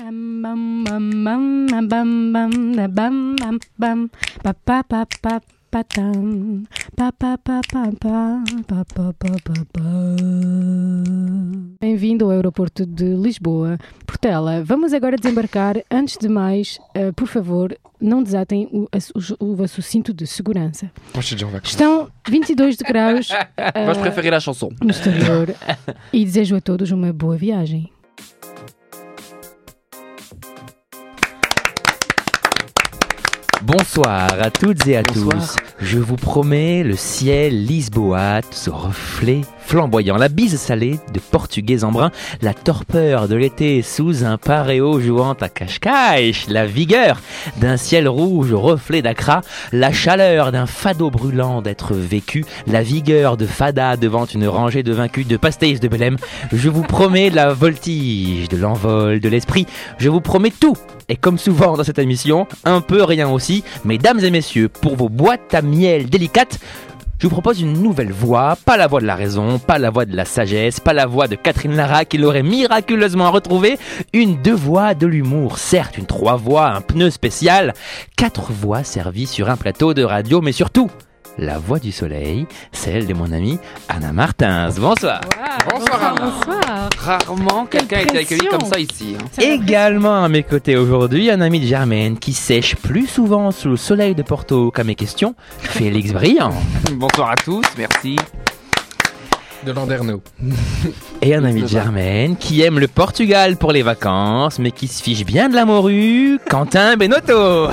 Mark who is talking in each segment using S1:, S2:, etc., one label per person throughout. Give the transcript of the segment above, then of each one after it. S1: bam bam bam na bam bam na bam bam bam pa pa pa pa pa tam pa pa pa pa pa pa pa pa pa pa Bem-vindo ao aeroporto de Lisboa, Portela. Vamos agora desembarcar. Antes de mais, eh, por favor, não desatem o, ass- o, o vosso cinto de segurança.
S2: Poxa, João, vai começar.
S1: Estão 22 degraus eh,
S3: Vamos preferir a chanson.
S1: no exterior e desejo a todos uma boa viagem.
S4: Bonsoir à toutes et à
S3: Bonsoir.
S4: tous. Je vous promets le ciel lisboate, ce reflet flamboyant, la bise salée de portugais en brun, la torpeur de l'été sous un paréo jouant à cache-cache, la vigueur d'un ciel rouge au reflet d'Accra, la chaleur d'un fado brûlant d'être vécu, la vigueur de fada devant une rangée de vaincus de pastéis de Belém. Je vous promets de la voltige, de l'envol, de l'esprit. Je vous promets tout et comme souvent dans cette émission, un peu rien aussi, mesdames et messieurs, pour vos boîtes à miel délicates, je vous propose une nouvelle voix, pas la voix de la raison, pas la voix de la sagesse, pas la voix de Catherine Lara qui l'aurait miraculeusement retrouvée, une deux voix de l'humour, certes une trois voix, un pneu spécial, quatre voix servies sur un plateau de radio, mais surtout la voix du soleil, celle de mon amie Anna Martins. Bonsoir.
S3: Bonsoir, Alain.
S1: Bonsoir.
S3: Rarement quelqu'un a
S1: Quelle
S3: été accueilli
S1: pression.
S3: comme ça ici. hein.
S4: Également à mes côtés aujourd'hui, un ami de Germaine qui sèche plus souvent sous le soleil de Porto qu'à mes questions, Félix Briand.
S3: hein. Bonsoir à tous, merci.
S2: De Landerneau.
S4: Et un ami
S3: Ça
S4: de
S3: va.
S4: Germaine qui aime le Portugal pour les vacances, mais qui se fiche bien de la morue, Quentin Benotto.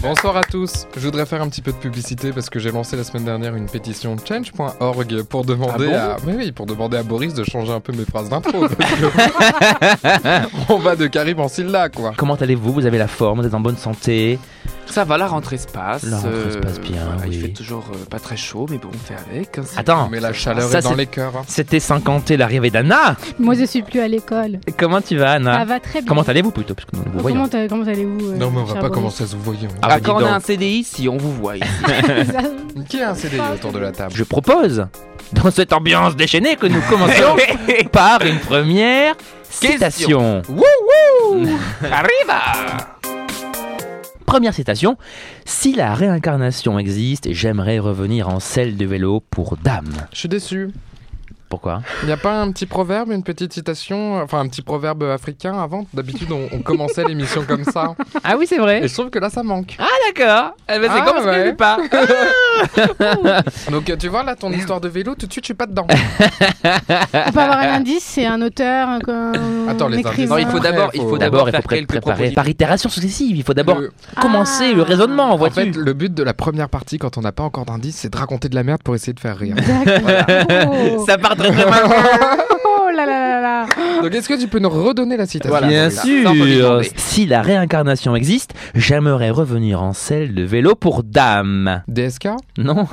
S2: Bonsoir à tous. Je voudrais faire un petit peu de publicité parce que j'ai lancé la semaine dernière une pétition change.org pour demander
S3: Ah
S2: à, oui, oui, pour demander à Boris de changer un peu mes phrases d'intro. parce que- On va de carib en là, quoi.
S4: Comment allez-vous Vous avez la forme, vous êtes en bonne santé.
S3: Ça va, la rentrée se passe. euh,
S4: La rentrée se passe bien,
S3: voilà, Il
S4: oui. Ah,
S3: fait toujours euh, pas très chaud, mais bon, on fait avec. hein, c'est-
S4: Attends,
S2: Mais la chaleur
S4: Ça,
S2: est dans
S4: c'est-
S2: les cœurs. hein.
S4: c'était sans compter l'arrivée d'Anna.
S1: Moi, je suis plus à l'école.
S4: Comment tu vas,
S1: Ça
S4: Anna
S1: va très bien.
S4: Ah. Comment allez-vous plutôt Parce que nous ne vous
S1: Oh,
S4: voyons.
S1: Comment t'as- comment allez-vous euh,
S2: Non, mais on va
S1: cher
S2: pas
S1: Boris
S2: commencer à se voyez.
S4: Ah,
S3: Ah,
S4: bah, dis
S3: quand on a
S4: donc.
S3: un CDI, si on vous voit. ici.
S2: Qui a un CDI autour de la table
S4: Je propose, dans cette ambiance déchaînée, que nous commencions par une première citation.
S3: Arriva
S4: Première citation. Si la réincarnation existe, j'aimerais revenir en selle de vélo pour dame.
S2: Je suis déçu.
S4: Pourquoi
S2: Il n'y a pas un petit proverbe, une petite citation, enfin un petit proverbe africain avant D'habitude, on, on commençait l'émission comme ça.
S4: Ah oui, c'est
S2: Et
S4: vrai.
S2: je trouve que là, ça manque.
S4: Ah d'accord. Eh ben, c'est
S2: Ah,
S4: comme ça
S2: ouais.
S4: que je dis pas.
S2: Donc, tu vois, là, ton histoire de vélo, tout de suite, je suis pas dedans.
S1: On peut avoir un indice, c'est un auteur, un, un
S2: Attends, les
S1: écrivain.
S2: indices.
S3: Non, il faut
S2: Après,
S3: d'abord
S2: faut-
S4: D'abord,
S3: faut d'abord
S4: il faut
S3: faire
S4: pré-
S3: quelques
S4: préparer
S3: propositions.
S4: par itération successive. Il faut d'abord
S2: Le-
S4: commencer
S1: Ah.
S4: le raisonnement,
S2: En
S4: vois-tu.
S2: fait, le but de la première partie, quand on n'a pas encore d'indice, c'est de raconter de la merde pour essayer de faire rire.
S1: D'accord.
S4: Ça part très très mal.
S1: Oh là là là là.
S2: Donc, est-ce que tu peux nous redonner la citation
S3: Voilà.
S4: Bien
S3: ça, ça, on peut lui
S4: sûr.
S3: demander.
S4: Si la réincarnation existe, j'aimerais revenir en selle de vélo pour dame.
S2: DSK
S4: Non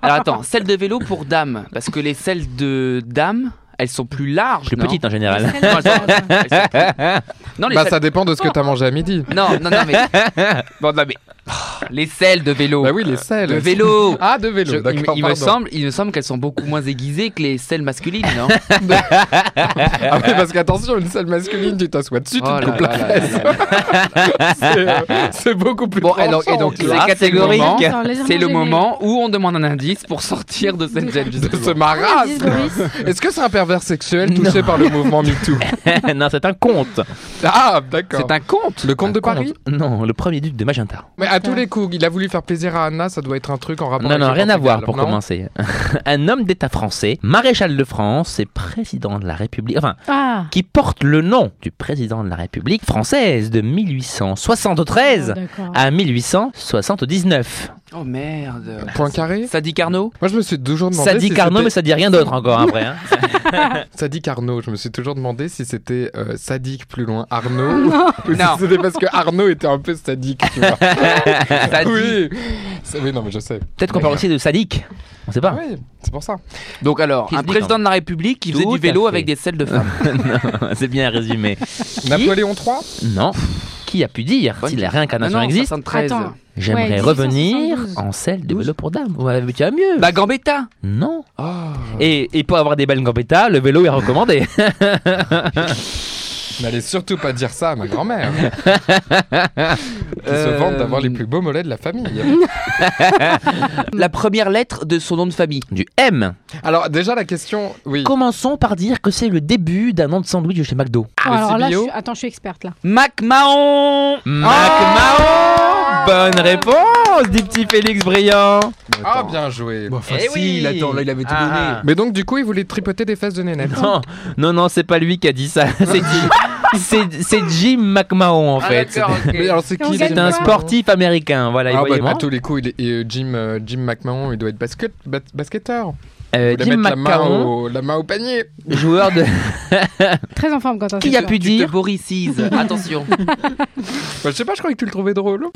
S3: Alors attends, celle de vélo pour dames, parce que les selles de dames, elles sont plus larges.
S4: Plus
S3: non
S4: petite en général.
S3: Non, elles sont- elles sont plus- Non, les
S2: Bah,
S3: selles-
S2: ça dépend de ce que t'as mangé à midi.
S3: Non, non, non, mais. Bon, non, mais- Oh, les selles de vélo.
S2: Bah oui, les selles.
S3: De vélo.
S2: Ah, de vélo,
S3: Je- il, me-
S2: d'accord.
S3: il me
S2: pardon.
S3: semble, il me semble qu'elles sont beaucoup moins aiguisées que les selles masculines, non
S2: Ah oui, parce qu'attention, une selle masculine, tu t'assois dessus, tu
S3: Oh
S2: te
S3: là
S2: coupes la
S3: là là
S2: fesse.
S3: là là.
S2: C'est, euh, C'est beaucoup plus
S3: Bon, et donc, et
S2: tranchant,
S3: donc
S2: tu
S3: là,
S2: vois,
S4: c'est
S3: c'est le
S4: catégorique.
S3: moment-
S1: Attends, légèrement
S3: C'est le
S1: gêné.
S3: moment où on demande un indice pour sortir de cette gêne.
S2: de ce
S3: justement.
S1: Ah,
S2: maras.
S1: indice, Boris.
S2: Est-ce que c'est un pervers sexuel touché par le mouvement MeToo
S4: non, c'est un conte.
S2: Ah, d'accord.
S3: C'est un conte.
S2: Le comte de Paris
S4: Non, le premier duc de Magenta.
S2: Mais à tous les coups, il a voulu faire plaisir à Anna, ça doit être un truc en rapport
S4: Non,
S2: avec
S4: non,
S2: le
S4: rien à
S2: Portugal,
S4: voir pour
S2: non
S4: commencer. un homme d'État français, maréchal de France et président de la République, enfin,
S1: Ah.
S4: qui porte le nom du président de la République française de 1873
S1: Ah, D'accord.
S4: à 1879.
S3: Oh merde.
S2: Point carré
S3: Ça dit Carnot
S2: Moi, je me suis toujours demandé.
S4: Ça dit
S2: si
S4: Carnot, mais
S2: c'était-
S4: ça dit rien d'autre encore après. hein.
S2: Sadi Carnot, je me suis toujours demandé si c'était euh, sadique plus loin Arnaud ou si
S3: Non.
S2: c'était parce que Arnaud était un peu sadique. Tu vois.
S3: Ça dit-
S2: oui. C'est- oui, non, mais je sais.
S4: Peut-être qu'on parle aussi de sadique. On sait pas.
S2: Oui, c'est pour ça.
S3: Donc alors,
S4: Qui
S3: un
S4: se dit
S3: président de la République qui faisait
S4: Tout
S3: du
S4: à
S3: vélo
S4: fait. Ah.
S3: avec des selles de femme.
S2: Ah
S4: c'est bien résumé.
S2: Napoléon III
S4: Non. Qui a pu dire
S3: Bonne
S4: si la réincarnation existe
S3: 73.
S1: Attends.
S4: J'aimerais
S1: Ouais,
S4: revenir
S1: 1872.
S4: en selle de vélo pour dame. Ouais, mais tu as mieux.
S3: Bah Gambetta
S4: Non.
S3: Oh.
S4: Et, et pour avoir des belles gambetas, le vélo est recommandé.
S2: N'allez surtout pas dire ça à ma grand-mère. hein, qui se vante d'avoir les plus beaux mollets de la famille.
S3: La première lettre de son nom de famille.
S4: Du M.
S2: Alors déjà la question, oui.
S4: Commençons par dire que c'est le début d'un nom de sandwich de chez McDo.
S1: Oh,
S2: le
S1: alors là, je
S2: CBO.
S1: suis... attends, je suis experte là.
S3: MacMahon
S4: McMahon Mm. Ah Bonne réponse du petit Félix Brillant
S2: Ah bien joué.
S5: Bon,
S4: Eh
S5: facile,
S4: oui.
S5: attends, là, il avait tout
S4: Ah.
S2: Mais donc du coup il voulait tripoter des fesses de Nénette.
S4: Non, non, non, c'est pas lui qui a dit ça. C'est Jim, c'est- c'est Jim McMahon en
S3: Ah,
S4: fait.
S2: Mais alors c'est
S1: Et on
S2: qui
S1: gagne
S4: C'est un
S1: pas.
S4: sportif américain, voilà.
S2: Ah, bah,
S4: voyez-moi.
S2: à tous les coups, il est, et, euh, Jim, euh, Jim McMahon, il doit être basket, bas- basketteur.
S4: Euh,
S2: Il voulait
S4: Jim
S2: mettre la main,
S4: McMahon,
S2: au, la main au panier.
S4: joueur de.
S1: Très en forme, Quentin.
S4: Qui
S1: c'est
S4: a
S1: sûr.
S4: pu
S3: Tu te
S4: dire
S3: boricise, attention.
S2: Bah, je sais pas, je croyais que tu le trouvais drôle.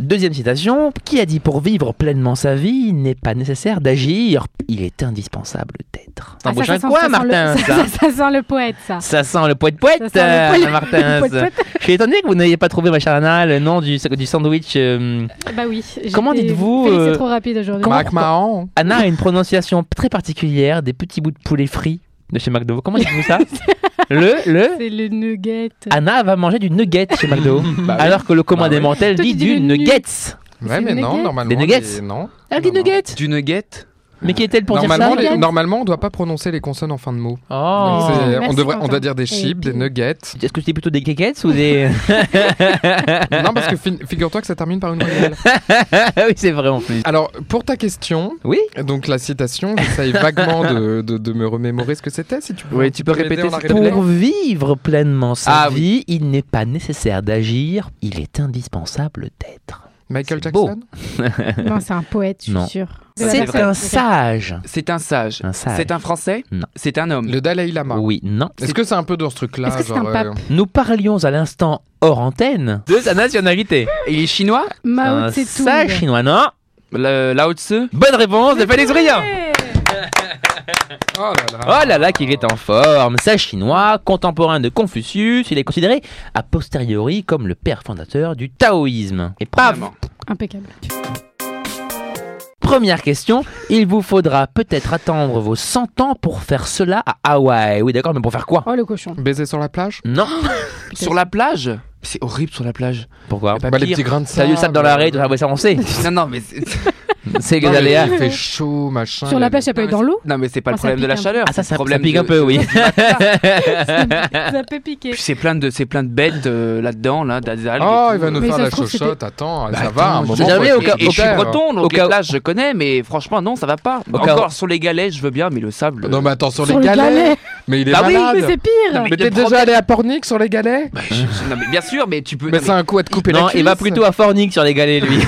S4: Deuxième citation Qui a dit pour vivre pleinement sa vie, il n'est pas nécessaire d'agir, il est indispensable d'être.
S1: Ah, ça, ça
S4: T'embauches un
S1: sent-
S4: quoi,
S1: ça sent
S4: Martin
S1: le-
S4: ça
S1: ça, ça sent le poète, ça.
S4: Ça sent le poète poète,
S1: Ça sent le poète-
S4: Martin.
S1: le poète
S4: Je suis étonné que vous n'ayez pas trouvé, ma chère Anna, le nom du, du sandwich. euh,
S1: Bah oui.
S4: Comment
S1: j'étais-
S4: dites-vous,
S1: Félix,
S4: euh,
S1: C'est trop rapide aujourd'hui.
S4: comment-
S2: McMahon.
S4: Anna a une prononciation très particulière des petits bouts de poulet frits de chez McDo. Comment dites-vous ça Le, le.
S1: C'est le nugget.
S4: Anna va manger du nugget chez McDo,
S2: Bah oui.
S4: alors que le commandant
S2: Bah oui.
S4: mental
S1: Toi,
S4: dit
S1: tu dis
S4: du
S1: le nu.
S4: nuggets.
S2: Ouais,
S1: C'est
S2: mais
S1: des
S2: non,
S1: nuggets
S2: normalement.
S4: Des nuggets
S2: les- Non.
S4: Ah, des
S2: Non, non.
S4: nuggets
S3: Du nugget
S4: Mais qui est-elle pour dire ça
S2: Normalement,
S1: ça,
S2: les-
S1: Nuggets
S2: normalement, on doit pas prononcer les consonnes en fin de mot.
S4: Oh.
S2: Donc, c'est- euh, on,
S1: Merci,
S2: devrait, on doit
S1: Quentin.
S2: dire des chips, des
S1: puis-
S2: nuggets.
S4: Est-ce que c'était plutôt des quéquettes ou des.
S2: non, parce que fi- figure-toi que ça termine par une voyelle.
S4: oui, c'est vrai en plus.
S2: Alors, pour ta question,
S4: Oui
S2: donc la citation, j'essaye vaguement de, de- de me remémorer ce que c'était, si tu peux.
S3: Oui, tu peux répéter,
S2: m'aider en la
S3: s'il te
S2: répétant.
S4: Pour vivre pleinement sa
S3: Ah,
S4: vie, il n'est pas nécessaire d'agir, il est indispensable d'être.
S2: Michael
S4: C'est beau.
S2: Jackson
S1: Non, c'est un poète, je
S4: Non.
S1: suis sûre. De la
S4: C'est
S1: personne.
S4: un
S1: Ok.
S4: sage.
S3: C'est un sage.
S4: Un sage.
S3: C'est un français
S4: Non.
S3: C'est un homme.
S2: Le Dalai Lama.
S4: Oui, non.
S2: Est-ce que c'est un peu dans ce truc-là
S1: Est-ce que c'est
S2: genre,
S1: un pape
S2: euh,
S4: Nous parlions à l'instant hors antenne de sa nationalité.
S3: Il est chinois
S1: Mao
S4: Un
S1: Tse-tung.
S4: sage chinois, non
S3: Le Lao Tse
S4: Bonne réponse de Félix Brillant.
S2: Oh là là.
S4: Oh là là, qu'il est en forme. Sage chinois, contemporain de Confucius, il est considéré a posteriori comme le père fondateur du taoïsme. Et paf,
S3: Vraiment.
S1: Impeccable.
S4: Première question, il vous faudra peut-être attendre vos 100 ans pour faire cela à Hawaï. Oui, d'accord, mais pour faire quoi
S1: Oh, le cochon.
S2: Baiser sur la plage
S4: Non.
S3: Sur la plage C'est horrible sur la plage.
S4: Pourquoi
S3: Pas
S2: Bah, Les
S3: pire.
S2: petits grains de
S4: T'as
S2: sable.
S4: du sable dans l'arrêt, tout ça, ouais, ça on sait.
S3: non, non, mais c'est-
S4: C'est les
S2: Non, mais
S4: aléas.
S2: Il fait chaud, machin.
S1: Sur la
S2: il
S1: plage,
S2: y a
S1: ça peut
S3: Non,
S1: être
S3: mais
S1: dans l'eau.
S3: non, mais c'est pas
S1: Oh,
S3: le
S1: ça
S3: problème de
S1: pique
S3: la
S1: un peu.
S3: chaleur.
S4: Ah, ça,
S3: c'est le
S4: ça, ça
S3: problème
S4: pique
S3: de-
S4: un peu, oui.
S1: Ça peut piquer.
S3: Puis c'est plein de, c'est plein de bêtes euh, là-dedans, là, des
S2: des-
S3: algues.
S2: Oh, il va nous
S1: Mais
S2: faire
S1: ça
S2: la
S1: se trouve, c'était-
S2: chochotte. Attends, ça va. Un moment,
S4: j'ai jamais
S2: faut
S4: au
S2: être
S4: cas-
S3: Et je suis
S2: solidaire.
S3: breton, donc
S4: Au cas-
S3: les plages, je connais, mais franchement, non, ça va pas.
S4: cas-
S3: Encore sur les galets, je veux bien, mais le sable.
S2: Non, mais attends, sur,
S1: Sur
S2: les
S1: le
S2: galets.
S1: galet.
S2: Mais il est
S4: Bah oui,
S1: Ah Mais
S2: malade.
S1: c'est pire.
S3: mais
S2: mais t'es
S3: le
S2: déjà
S3: problème-
S2: allé à Pornic sur les galets
S3: Bah, je- je- non, mais bien sûr, mais tu peux.
S2: Mais
S3: non,
S2: c'est un coup à te couper la
S4: Non, il va
S2: cuisse.
S4: plutôt à Fornic sur les galets, lui.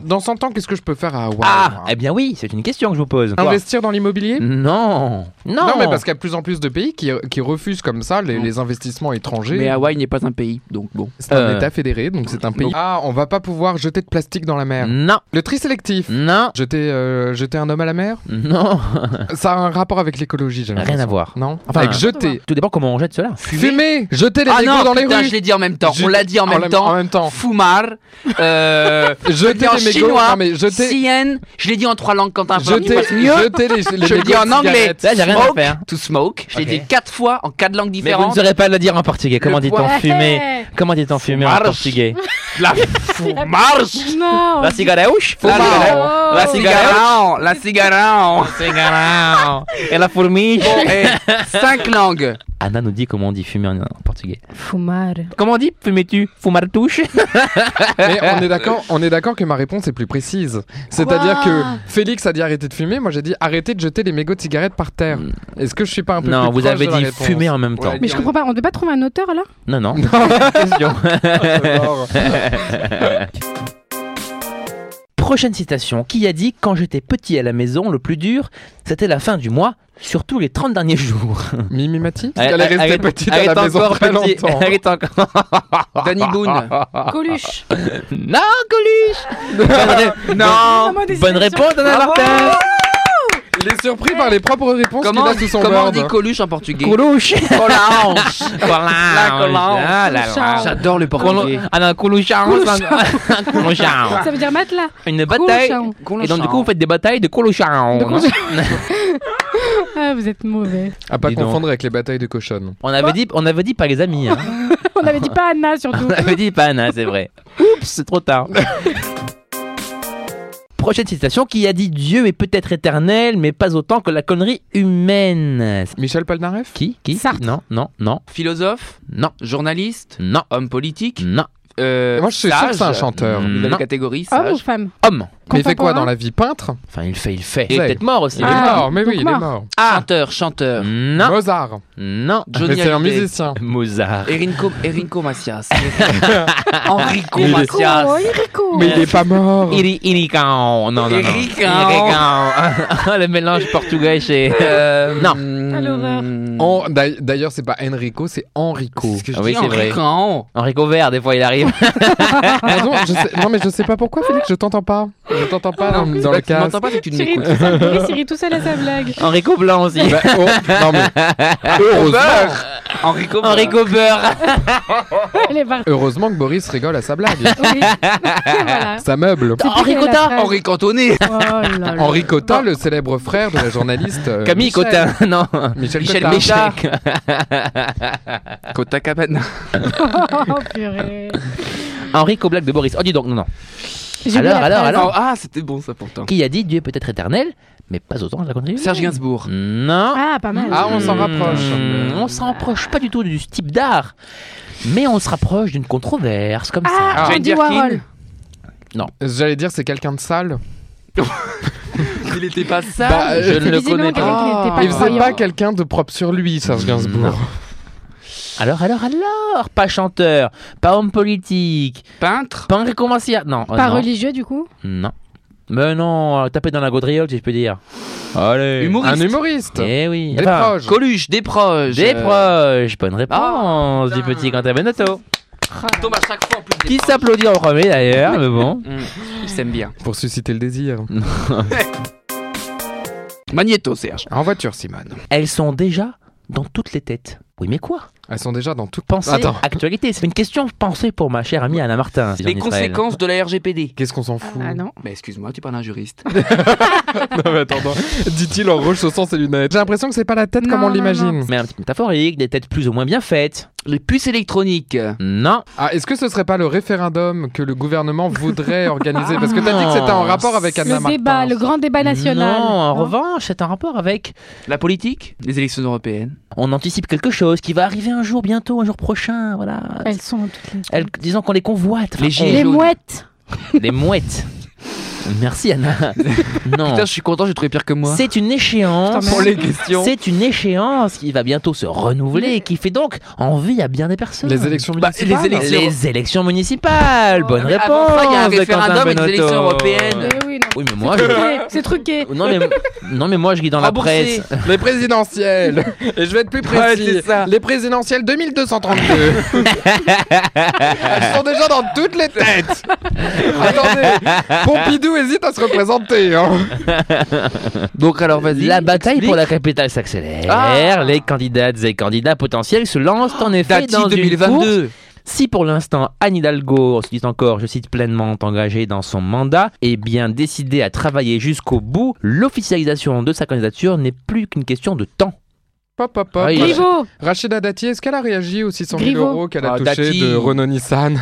S2: Dans 100 ans, qu'est-ce que je peux faire à Hawaï
S4: Ah,
S2: moi
S4: eh bien oui, c'est une question que je vous pose.
S2: Investir dans l'immobilier
S4: Non, non.
S2: Non, mais parce qu'il y a de plus en plus de pays qui, euh, qui refusent comme ça les,
S3: Non.
S2: les investissements étrangers.
S3: mais Hawaï n'est pas un pays, donc bon.
S2: C'est un
S4: Euh.
S2: État fédéré, donc c'est un pays.
S4: Donc-
S2: Ah, on va pas pouvoir jeter de plastique dans la mer.
S4: Non,
S2: Le tri sélectif.
S4: non,
S2: Jeter, euh, jeter un homme à la mer
S4: non.
S3: Ah.
S2: Ça a un rapport avec l'écologie, j'ai
S4: Rien à voir.
S2: Non
S4: Enfin,
S2: Enfin, avec
S4: euh,
S2: jeter.
S4: Tout dépend comment on jette cela.
S2: Fumer, Jeter les
S3: Ah
S2: Legos
S3: non,
S2: dans les
S3: putain, je
S2: rues
S3: l'ai dit en même temps. On
S2: Jeter-
S3: l'a dit en même
S2: la- En
S3: temps.
S2: même temps.
S3: Fumar, euh,
S2: Jeter
S3: en
S2: les mégots-
S3: chinois,
S2: non, mais jeter-
S3: CN. Je l'ai dit en trois langues, Quentin. Faut qu'il
S2: Jeter,
S3: fasse mieux.
S2: jeter les, les
S3: Je le
S2: mégots
S3: dis en
S2: de
S3: anglais.
S2: cigarettes.
S4: Là, j'ai rien à
S3: Smoke
S4: faire.
S3: to smoke. Je l'ai
S4: Ok.
S3: dit quatre fois en quatre langues
S4: Mais vous ne
S3: différentes.
S4: saurez pas le dire en portugais. Comment
S3: Le
S4: dit-on
S1: Ouais.
S4: fumer
S2: Eh.
S4: Comment dit-on fumer en
S3: Marche.
S4: portugais
S3: La fumar.
S2: Oh.
S1: Non.
S4: La cigarrouche
S3: La cigarette.
S1: Oh.
S3: La cigarette. La cigarette.
S4: cigarette. Et la fourmi
S3: Bon, eh, cinq langues.
S4: Anna nous dit comment on dit fumer en, en portugais.
S1: Fumar.
S4: Comment on dit fumais-tu Fumartouche Eh,
S2: Mais on est d'accord, on est d'accord que ma réponse est plus précise. C'est-à-dire que Félix a dit arrêtez de fumer, moi j'ai dit arrêtez de jeter les mégots de cigarettes par terre. Est-ce que je suis pas un peu
S4: Mm. Non,
S2: plus
S4: vous
S2: proche
S4: avez
S2: de la
S4: dit
S2: réponse
S4: fumer en même temps.
S2: Ouais,
S1: Mais je comprends pas, on ne peut pas trouver un auteur là
S4: Non, non.
S2: j'adore.
S4: Prochaine citation. Qui a dit Quand j'étais petit à la maison, le plus dur, c'était la fin du mois, surtout les 30 derniers jours
S2: Mimi Mati Parce qu'elle est restée
S4: Arrête-
S2: petite à
S4: arrête
S2: la maison
S4: encore,
S2: très
S4: petit.
S2: longtemps.
S4: Arrête encore.
S3: Danny Boone.
S1: Ah. Coluche.
S4: Non, Coluche Non
S1: Vraiment Ah, des
S4: Bonne
S1: citations.
S4: réponse, Anna Martin
S2: Il est surpris par les propres réponses qu'il
S3: Comment,
S2: a sous son
S3: comment on
S2: board.
S3: dit Coluche en portugais
S4: Coluche
S3: Colange. Colange.
S4: Ah là là.
S3: J'adore le portugais.
S4: Ah non, Coluche Coluche
S1: Ça veut dire matelas.
S4: Une bataille
S1: Coluche.
S4: Et donc du coup, vous faites des batailles de Coluche
S1: De Coluche. Ah, vous êtes mauvais.
S2: À pas
S4: Dis donc.
S2: confondre avec les batailles de cochonnes.
S4: On avait, dit, on avait dit pas les amis. hein.
S1: On avait dit pas Anna surtout.
S4: On avait dit pas Anna, c'est vrai. Oups, c'est trop tard. Prochaine citation qui a dit Dieu est peut-être éternel, mais pas autant que la connerie humaine.
S2: Michel Polnareff
S4: Qui Qui
S1: Sartre.
S4: Non, non, non,
S3: Philosophe,
S4: non,
S3: journaliste,
S4: non,
S3: homme politique.
S4: non.
S3: euh,
S2: Moi, je suis sûr
S3: sage,
S2: que c'est un chanteur.
S4: Mm.
S3: Nouvelle
S4: Non.
S3: catégorie,
S1: Homme ou
S3: sage.
S1: femme
S4: Homme.
S2: Mais il fait quoi
S1: Contemporain
S2: dans la vie Peintre
S4: Enfin, il fait, il fait.
S2: Il est
S4: peut-être mort aussi.
S2: Il
S1: Ah,
S2: est mort, mais oui,
S1: donc
S2: il est
S1: mort.
S2: mort.
S3: Chanteur, chanteur.
S4: Non,
S2: Mozart.
S4: non.
S3: Johnny
S2: mais c'est un
S3: Hallyday.
S2: musicien.
S4: Mozart.
S3: Erinco, Erinco Macias. Enrico Macias.
S1: Enrico
S2: Mais il est pas mort.
S4: Iri, Iricão. Non, non, non.
S3: Iricão.
S4: Iricão. Le mélange portugais chez.
S3: Euh,
S4: Non.
S1: Ah, l'horreur.
S2: En- d'ail- D'ailleurs, c'est pas Enrico, c'est Enrico.
S3: Mm. C'est ce que je
S4: Ah oui,
S3: dis,
S4: c'est vrai.
S3: Enrico.
S4: Enrico Vert, des fois, il arrive.
S2: Pardon, je sais- Non, mais je sais pas pourquoi, Félix, je t'entends pas. Je t'entends pas dans, dans le
S3: Tu
S2: cas.
S3: m'entends pas si tu ne
S1: Chérie
S3: m'écoutes.
S1: tout seul, oui, Chérie tout seul à sa blague.
S4: Enrico Blanc aussi.
S2: Bah, oh, non, mais heureusement,
S3: Enrico.
S4: Enrico Beurre.
S1: Elle est partie.
S2: heureusement que Boris rigole à sa blague.
S1: Oui. voilà.
S2: Ça meuble.
S1: Henri Cotard
S3: Henri
S4: Euh,
S3: Cantone.
S1: Oh
S2: Henri Cotin, le célèbre frère de la journaliste euh,
S4: Camille
S2: Michel-
S4: Cotin. Non.
S2: Michel, Ah. Cotin.
S3: Michel Méchard. Kota Cabana.
S1: Oh purée.
S4: Enrico Blague de Boris. Oh, dis donc, non, non.
S1: J'ai oublié
S4: Alors,
S1: la
S4: alors,
S1: phrase.
S4: alors.
S3: Ah, c'était bon ça pourtant.
S4: Qui a dit Dieu est peut-être éternel, mais pas autant que la connerie humaine.
S3: Serge Gainsbourg.
S4: Non.
S1: Ah, pas mal.
S2: Ah, on s'en
S4: Hmm,
S2: rapproche.
S4: On s'en rapproche pas du tout du type d'art, mais on se rapproche d'une controverse comme
S1: Ah,
S3: Jane
S4: ça.
S1: Andy
S3: Birkin.
S1: Warhol.
S2: J'allais dire, c'est quelqu'un de sale.
S3: Il était pas ça.
S2: Bah, euh,
S4: je ne le
S1: visiblement
S4: connais pas.
S1: quelqu'un qui n'était
S3: Ah,
S1: pas
S2: il faisait
S1: croyant.
S2: pas quelqu'un de propre sur lui, Serge Gainsbourg.
S4: Alors, alors, alors, pas chanteur, pas homme politique,
S3: Peintre.
S4: pas un récommensien. Non, euh,
S1: Pas
S4: non,
S1: religieux du coup
S4: non. Mais non, euh, tapez dans la gaudriole si je peux dire. Allez.
S3: Humoriste.
S2: Un humoriste.
S4: Eh oui.
S2: Des
S4: enfin,
S2: proches.
S3: Coluche, des proches.
S4: Des
S3: Euh,
S4: proches. Bonne réponse
S3: Ah,
S4: du
S3: putain.
S4: petit Quentin Benotto.
S1: Ah,
S3: Il tombe Euh, à chaque fois en plus. des
S4: Qui
S3: proches.
S4: s'applaudit en premier d'ailleurs, mais bon.
S3: Hum, Il s'aime bien.
S2: Pour susciter le désir.
S3: Magneto, Serge.
S2: En voiture, Simone.
S4: Elles sont déjà dans toutes les têtes. Oui, mais quoi
S2: Elles sont déjà dans toute
S4: Pensée,
S2: Attends.
S4: actualité. C'est une question pensée pour ma chère amie Anna Martin.
S3: Les
S4: en Israël.
S3: conséquences de la RGPD.
S2: Qu'est-ce qu'on s'en fout
S1: Ah non.
S3: Bah excuse-moi, tu parles à un juriste.
S2: Non, mais attends, non. dit-il en rechaussant ses lunettes. J'ai l'impression que c'est pas la tête comme
S1: Non,
S2: on
S1: non,
S2: l'imagine.
S4: Mais un petit métaphorique, des têtes plus ou moins bien faites.
S3: Les puces électroniques.
S4: Non.
S2: Ah, est-ce que ce serait pas le référendum que le gouvernement voudrait organiser Parce que t'as dit
S4: Non.
S2: que c'était en rapport avec Anna
S1: Le débat,
S2: Martin.
S1: le grand débat national. Hein
S4: Non, en
S1: Non.
S4: revanche, c'est un rapport avec.
S3: La politique. Les élections européennes.
S4: On anticipe quelque chose qui va arriver un jour bientôt, un jour prochain, voilà.
S1: Elles sont toutes les.
S4: Elles- disons qu'on les convoite. Enfin,
S3: Les
S4: on-
S3: gilets
S1: Les
S3: jaunes.
S1: mouettes.
S4: les mouettes. Merci Anna. non.
S3: Putain, je suis content, j'ai trouvé pire que moi.
S4: C'est une échéance.
S1: Putain, Pour les
S3: questions.
S4: C'est une échéance qui va bientôt se renouveler et qui fait donc envie à bien des personnes.
S2: Les élections
S3: Bah,
S2: municipales.
S3: les élections-
S4: Les élections municipales. Bonne
S3: Ah, Mais
S4: réponse.
S3: avant ça, il y a un
S4: de Quentin
S3: référendum et des
S4: Benotto.
S3: élections européennes.
S1: Eh oui, non.
S4: Oui, mais moi,
S1: C'est
S4: je...
S1: truqué, C'est truqué.
S4: non mais non mais moi je lis dans la
S3: Remboursé.
S4: presse.
S2: Les présidentielles. Et je vais être plus
S3: Ouais,
S2: précis.
S3: c'est ça.
S2: les présidentielles 2232. Elles sont déjà dans toutes les têtes. Attendez, Pompidou hésite à se représenter. hein.
S3: Donc alors vas-y.
S4: La bataille pour la capitale s'accélère.
S3: Ah.
S4: Les candidates et candidats potentiels se lancent en effet
S3: Dati
S4: dans une course.
S3: 2022.
S4: Si pour l'instant Anne Hidalgo, se dit encore, je cite pleinement engagée dans son mandat, est bien décidée à travailler jusqu'au bout, l'officialisation de sa candidature n'est plus qu'une question de temps.
S2: Pop, pop, pop.
S4: Ah, il-
S1: Griveaux.
S2: Rachida Dati, est-ce qu'elle a réagi aux 600 000
S1: Griveaux.
S2: euros qu'elle a
S3: Ah,
S2: touché
S3: Dati.
S2: de Renault Nissan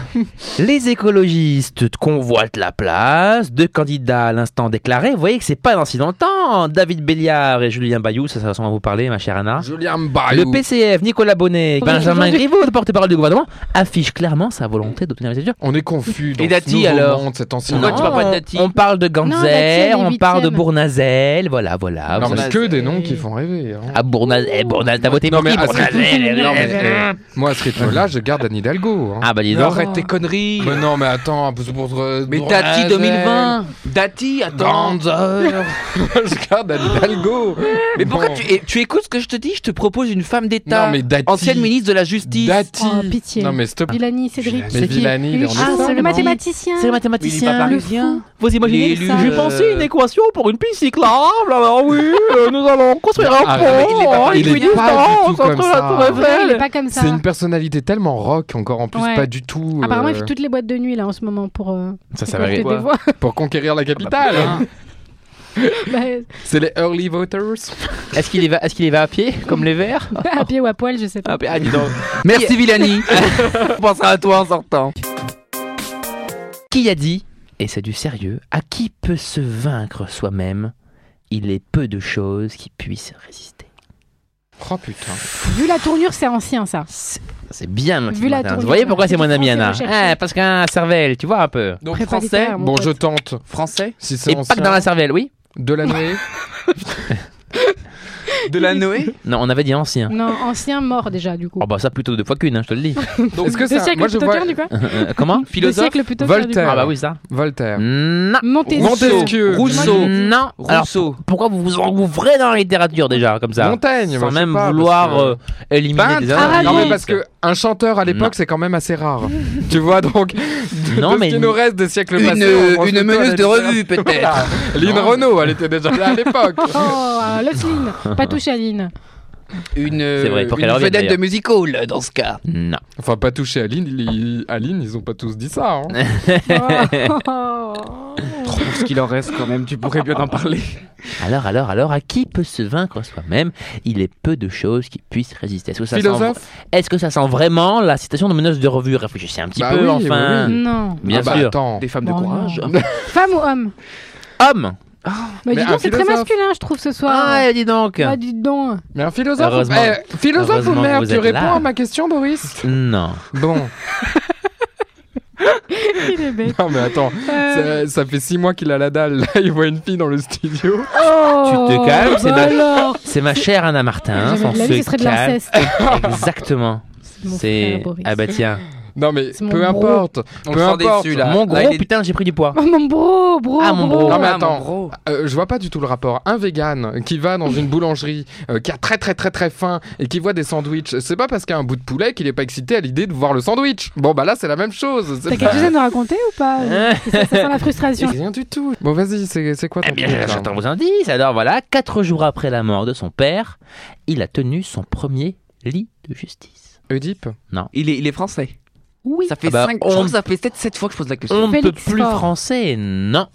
S4: Les écologistes convoitent la place de candidats à l'instant déclarés. Vous voyez que c'est pas dans si longtemps. David Béliard et Julien Bayou, ça, ça va vous parler, ma chère Anna.
S2: Julien Bayou.
S4: Le PCF, Nicolas Bonnet,
S1: Oui,
S4: Benjamin
S1: aujourd'hui-
S4: Griveaux, le porte-parole du gouvernement, affiche clairement sa volonté d'obtenir les études.
S2: On est confus dans
S3: Et Dati,
S2: ce nouveau
S3: alors
S2: monde, cet ancien
S3: Pourquoi
S2: monde.
S3: tu parles pas de Dati
S4: on, on parle de
S1: Non, Dati, elle est
S4: Ganzer, on parle de
S1: huitième.
S4: Bournazel, voilà, voilà.
S2: Non,
S4: Vous
S2: mais
S4: savez-
S2: c'est Ah, que des noms qui font rêver. hein.
S4: Ah, Bournazel, Bournazel, t'as voté
S2: Non,
S4: pour
S2: mais
S4: qui
S2: à
S3: ah,
S2: ce
S4: Bournazel
S2: Non, mais, euh, moi, à ce rythme-là, je garde Anne Hidalgo. hein.
S4: eh. Ah, bah dis
S3: Non,
S4: donc.
S3: arrête tes conneries.
S2: Mais non, mais attends, pour, pour,
S3: Mais
S2: pour-
S3: Dati
S2: Hazel,
S3: 2020. Dati, attends.
S2: Ganzer. je garde Anne Hidalgo.
S3: Mais pourquoi
S2: Bon.
S3: tu, et tu écoutes ce que je te dis Je te propose une femme d'État,
S2: Non, mais Dati.
S3: ancienne ministre de la Justice.
S2: Dati.
S1: Oh, pitié.
S2: Non, mais stop.
S1: Villani, Cédric.
S2: Mais Villani, il est en
S1: Ah,
S2: dessous.
S1: c'est le
S4: Absolument.
S1: mathématicien.
S4: C'est le
S3: Il est pas
S4: mathématicien.
S3: parisien.
S4: Vous imaginez
S3: Il est
S4: J'ai
S3: élu,
S4: pensé
S3: euh,
S4: une équation pour une piste cyclable. Alors oui, euh, nous allons construire un
S2: Ah,
S3: mais il est pas
S4: pont.
S3: parisien.
S4: une
S3: Il est
S2: pas
S4: distance
S2: du tout comme
S4: entre la
S2: ça.
S4: Tour
S1: Non, il est
S4: Eiffel.
S1: pas comme ça.
S2: C'est une personnalité tellement rock, encore en plus,
S1: Ouais.
S2: pas du tout.
S1: Apparemment,
S2: euh,
S1: il fait toutes les boîtes de nuit là en ce moment pour. euh,
S4: Ça,
S1: récolter
S3: quoi
S1: des voix.
S2: Pour conquérir la
S3: Ah bah,
S2: capitale. hein.
S3: putain.
S1: Bah,
S2: C'est les early voters.
S4: Est-ce qu'il y, va- est-ce qu'il y va à pied, comme les verts
S1: à pied ou à poil, je sais pas.
S4: Ah,
S3: bah,
S4: ah, dis donc. Merci Villani. On pensera à toi en sortant. Qui a dit, et c'est du sérieux, à qui peut se vaincre soi-même Il est peu de choses qui puissent résister.
S2: Oh putain.
S1: Vu la tournure, c'est ancien ça.
S4: C'est c'est bien, Mathilde
S1: Vu la
S4: Martin. Vous
S1: tournure,
S4: voyez pourquoi c'est mon
S1: c'est
S4: ami
S1: du
S4: Anna
S1: français recherché.
S4: Ah, Parce qu'un cervelle, tu vois un peu.
S3: Donc
S1: Prépa
S3: français,
S1: littéraire, mon
S2: Bon,
S1: pote.
S2: je tente.
S3: français,
S2: Si c'est
S4: Et pas
S2: ancien,
S4: que dans la cervelle, oui
S2: de la nuée.
S3: de la Noé.
S4: Non, on avait dit ancien.
S1: Non, ancien mort déjà du coup.
S4: Oh bah ça plutôt deux fois qu'une, hein, je te le dis.
S2: Est-ce que
S1: Deux
S2: ça,
S1: siècles
S2: moi je
S1: plutôt
S2: vois
S1: qu'un, du quoi
S4: Euh, Comment
S1: Deux
S3: Philosophe.
S1: siècles plutôt qu'un, du
S2: Voltaire.
S1: coup.
S4: Ah bah oui ça.
S2: Voltaire.
S4: Non.
S1: Montesquieu.
S2: Montesquieu.
S3: Rousseau.
S4: Non. Alors,
S3: Rousseau.
S4: pourquoi vous vous engouffrez dans la littérature déjà comme ça
S2: Montaigne. moi,
S4: sans
S2: je
S4: même
S2: sais pas,
S4: vouloir
S2: parce que-
S4: euh, éliminer
S2: Peintre.
S4: des
S1: Ah,
S2: non
S1: oui.
S2: mais parce que un chanteur à
S4: Non.
S2: l'époque c'est quand même assez rare. tu vois donc
S4: Non,
S2: de
S4: mais-
S2: ce qui nous reste des siècles
S3: Une,
S2: passés. on
S3: euh,
S2: pense
S3: une
S2: plutôt à la
S3: meneuse de
S2: littérature.
S3: revue peut-être.
S2: Lynn Renault, elle était déjà là à l'époque.
S1: Oh, alors, laisse Lynn. Pas touche à Lynn.
S3: Une,
S4: C'est vrai, pour qu'elle
S3: une
S4: revienne,
S3: vedette de
S4: d'ailleurs.
S3: music hall dans ce cas.
S4: Non.
S2: Enfin, pas touché à Lynn, ils- à Lynn, ils ont pas tous dit ça.
S4: Eh,
S2: hein.
S1: Oh.
S3: ce qu'il en reste quand même, tu pourrais bien en parler.
S4: Alors, alors, alors, à qui peut se vaincre soi-même Il est peu de choses qui puissent résister. Est-ce que ça, sent...
S2: Philosophe
S4: Est-ce que ça sent vraiment la citation de meneuse de revue Réfléchissez un petit
S2: Bah
S4: peu,
S2: oui,
S4: enfin.
S2: oui,
S1: Non.
S4: Bien
S2: Ah bah,
S4: sûr.
S2: attends.
S3: Des femmes
S1: Bon,
S3: de courage.
S1: non. Femme ou homme
S4: Homme
S1: Bah
S2: Mais
S1: dis
S2: un
S1: donc, c'est très
S2: philosophe.
S1: masculin, je trouve, ce soir.
S4: Ah, dis donc
S1: Bah dis donc.
S2: Mais un philosophe
S4: Heureusement-
S2: eh, Philosophe ou
S4: heureusement que
S2: merde
S4: vous
S2: Tu
S4: êtes
S2: réponds
S4: là.
S2: à ma question, Boris
S4: Non.
S2: Bon.
S1: Il est bête.
S2: Non, mais attends.
S1: Euh,
S2: Ça, ça fait six mois qu'il a la dalle. Là, il voit une fille dans le studio.
S1: Oh,
S4: Tu te calmes, c'est
S1: bah
S4: ma-
S1: alors.
S4: C'est ma chère Anna Martin. hein,
S1: J'avais
S4: on
S1: de la vie,
S4: se
S1: ce serait de
S4: calme.
S1: l'inceste.
S4: Exactement.
S1: mon
S4: C'est.
S1: frère, Boris.
S4: Ah bah tiens.
S2: Non, mais
S1: C'est mon
S2: peu
S1: bro.
S2: importe.
S3: On
S2: peu
S3: le sent
S2: importe.
S3: déçu là.
S4: Mon
S3: Là,
S4: gros,
S3: il est-
S4: putain, j'ai pris du poids.
S1: Oh mon bro, bro,
S4: Ah, mon
S1: bro.
S4: bro.
S2: Non, mais
S3: Ah,
S2: attends.
S3: mon gros.
S2: Euh, je vois pas du tout le rapport. Un vegan qui va dans une boulangerie, euh, qui a très très très très faim et qui voit des sandwichs, c'est pas parce qu'il y a un bout de poulet qu'il est pas excité à l'idée de voir le sandwich. Bon bah là c'est la même chose.
S1: T'as
S2: C'est
S1: quelque
S2: pas...
S1: chose à nous raconter ou pas
S4: Hein
S1: Ça sent la
S2: C'est
S1: frustration.
S2: rien du tout. Bon vas-y, c'est c'est quoi ton
S4: Eh bien,
S2: truc, là
S4: j'attends vos indices. Alors voilà, quatre jours après la mort de son père, il a tenu son premier lit de justice.
S2: Oedipe
S3: Il est, il est français.
S1: Oui.
S3: Ça fait
S4: Ah bah,
S3: cinq-
S4: on-
S3: je crois que ça fait peut-être 7 fois que je pose la question.
S4: On ne peut
S1: Félix
S4: plus
S1: Faure.
S4: français, non.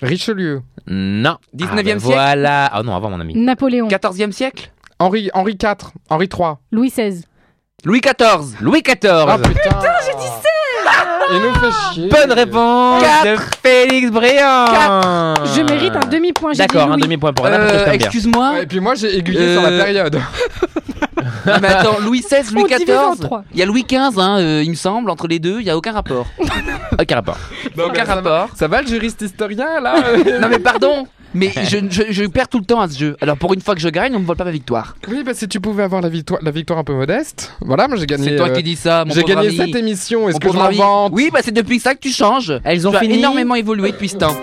S2: Richelieu.
S4: Non.
S3: 19e
S4: Ah, ben
S3: siècle.
S4: Voilà. Ah non, avant mon ami.
S1: Napoléon,
S3: 14e siècle
S2: Henri Henri IV, Henri III.
S1: Louis XVI.
S3: Louis XIV.
S4: Louis
S2: Ah
S4: XIV.
S2: putain, j'ai dit ça. Il nous fait chier.
S4: Bonne réponse de Félix Bréant.
S1: Je
S2: Euh,
S1: mérite un demi-point. j'ai dit
S4: D'accord, un
S1: Louis.
S4: demi-point pour Anna, parce que je
S3: Euh,
S4: t'aime bien.
S3: Excuse-moi.
S2: Ouais, Et puis moi j'ai aiguillé sur
S3: Euh,
S2: la période.
S3: Non, mais attends, Louis XVI, Louis
S1: On divise en
S3: XIV.
S1: trois.
S3: Il y a Louis XV, hein, euh, il me semble, entre les deux, il n'y a aucun rapport.
S4: Aucun rapport.
S2: ça,
S3: aucun
S2: va,
S3: rapport.
S2: ça va, le juriste historien là
S3: Non mais pardon, mais je, je- je perds tout le temps à ce jeu. Alors pour une fois que je gagne, on me vole pas ma victoire.
S2: Oui bah si tu pouvais avoir la victoire, la victoire un peu modeste. Voilà, moi j'ai gagné.
S3: C'est toi
S2: euh,
S3: qui dis ça, mon
S2: J'ai
S3: pauvre
S2: gagné
S3: ami.
S2: cette émission, est-ce
S3: Mon
S2: que je
S3: pauvre
S2: m'en
S3: ami.
S2: vante
S3: Oui, bah c'est depuis ça que tu changes.
S4: Elles ont
S3: Tu as
S4: fini.
S3: énormément évolué depuis ce temps.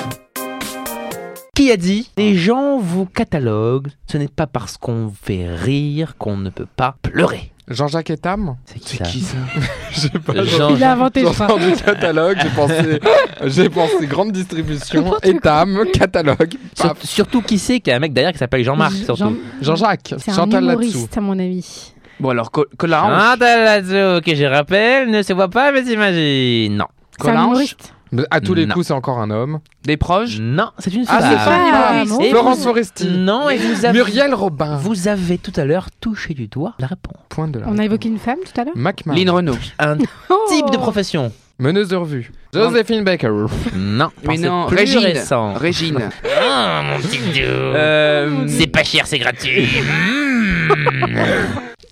S4: Qui a dit Les gens vous cataloguent. Ce n'est pas parce qu'on vous fait rire qu'on ne peut pas pleurer.
S2: Jean-Jacques Etam
S4: C'est qui ça
S3: ça
S2: Je sais pas.
S4: Jean-
S1: Il a inventé,
S2: J'ai
S1: je crois.
S2: entendu catalogue, j'ai pensé, j'ai pensé grande distribution, Etam, catalogue,
S4: Sur-
S2: paf.
S4: surtout qui c'est qu'il y a un mec derrière qui s'appelle Jean-Marc.
S1: Jean-
S4: Surtout.
S2: Jean-Jacques,
S1: C'est un
S2: Chantal là-dessous.
S1: humoriste, à mon avis.
S3: Bon alors, Col-
S4: Ah.
S3: Colin,
S4: Chantal Lazo, que je rappelle, ne se voit pas mais s'imagine. Non.
S1: C'est un
S3: Collange
S1: humoriste.
S2: Mais À tous les
S4: Non.
S2: coups, c'est encore un homme.
S3: des proches.
S4: Non, c'est une
S2: Ah,
S4: femme.
S2: c'est
S1: pas un humoriste.
S4: Et
S2: Florence
S4: vous-
S2: Foresti,
S4: Non, et vous avez,
S2: Muriel Robin.
S4: vous avez tout à l'heure touché du doigt la réponse.
S2: Point de là.
S1: On a évoqué une femme tout à l'heure.
S2: McMahon.
S3: Lynn Renault.
S4: Un
S1: Oh.
S4: type de profession.
S2: Meneuse de revue. Joséphine Baker.
S4: Non,
S3: Mais
S4: c'est
S3: non,
S4: plus
S3: Régine.
S4: récent.
S3: Régine.
S4: Ah, mon petit dieu.
S3: Euh,
S4: C'est pas cher, c'est gratuit. Mm.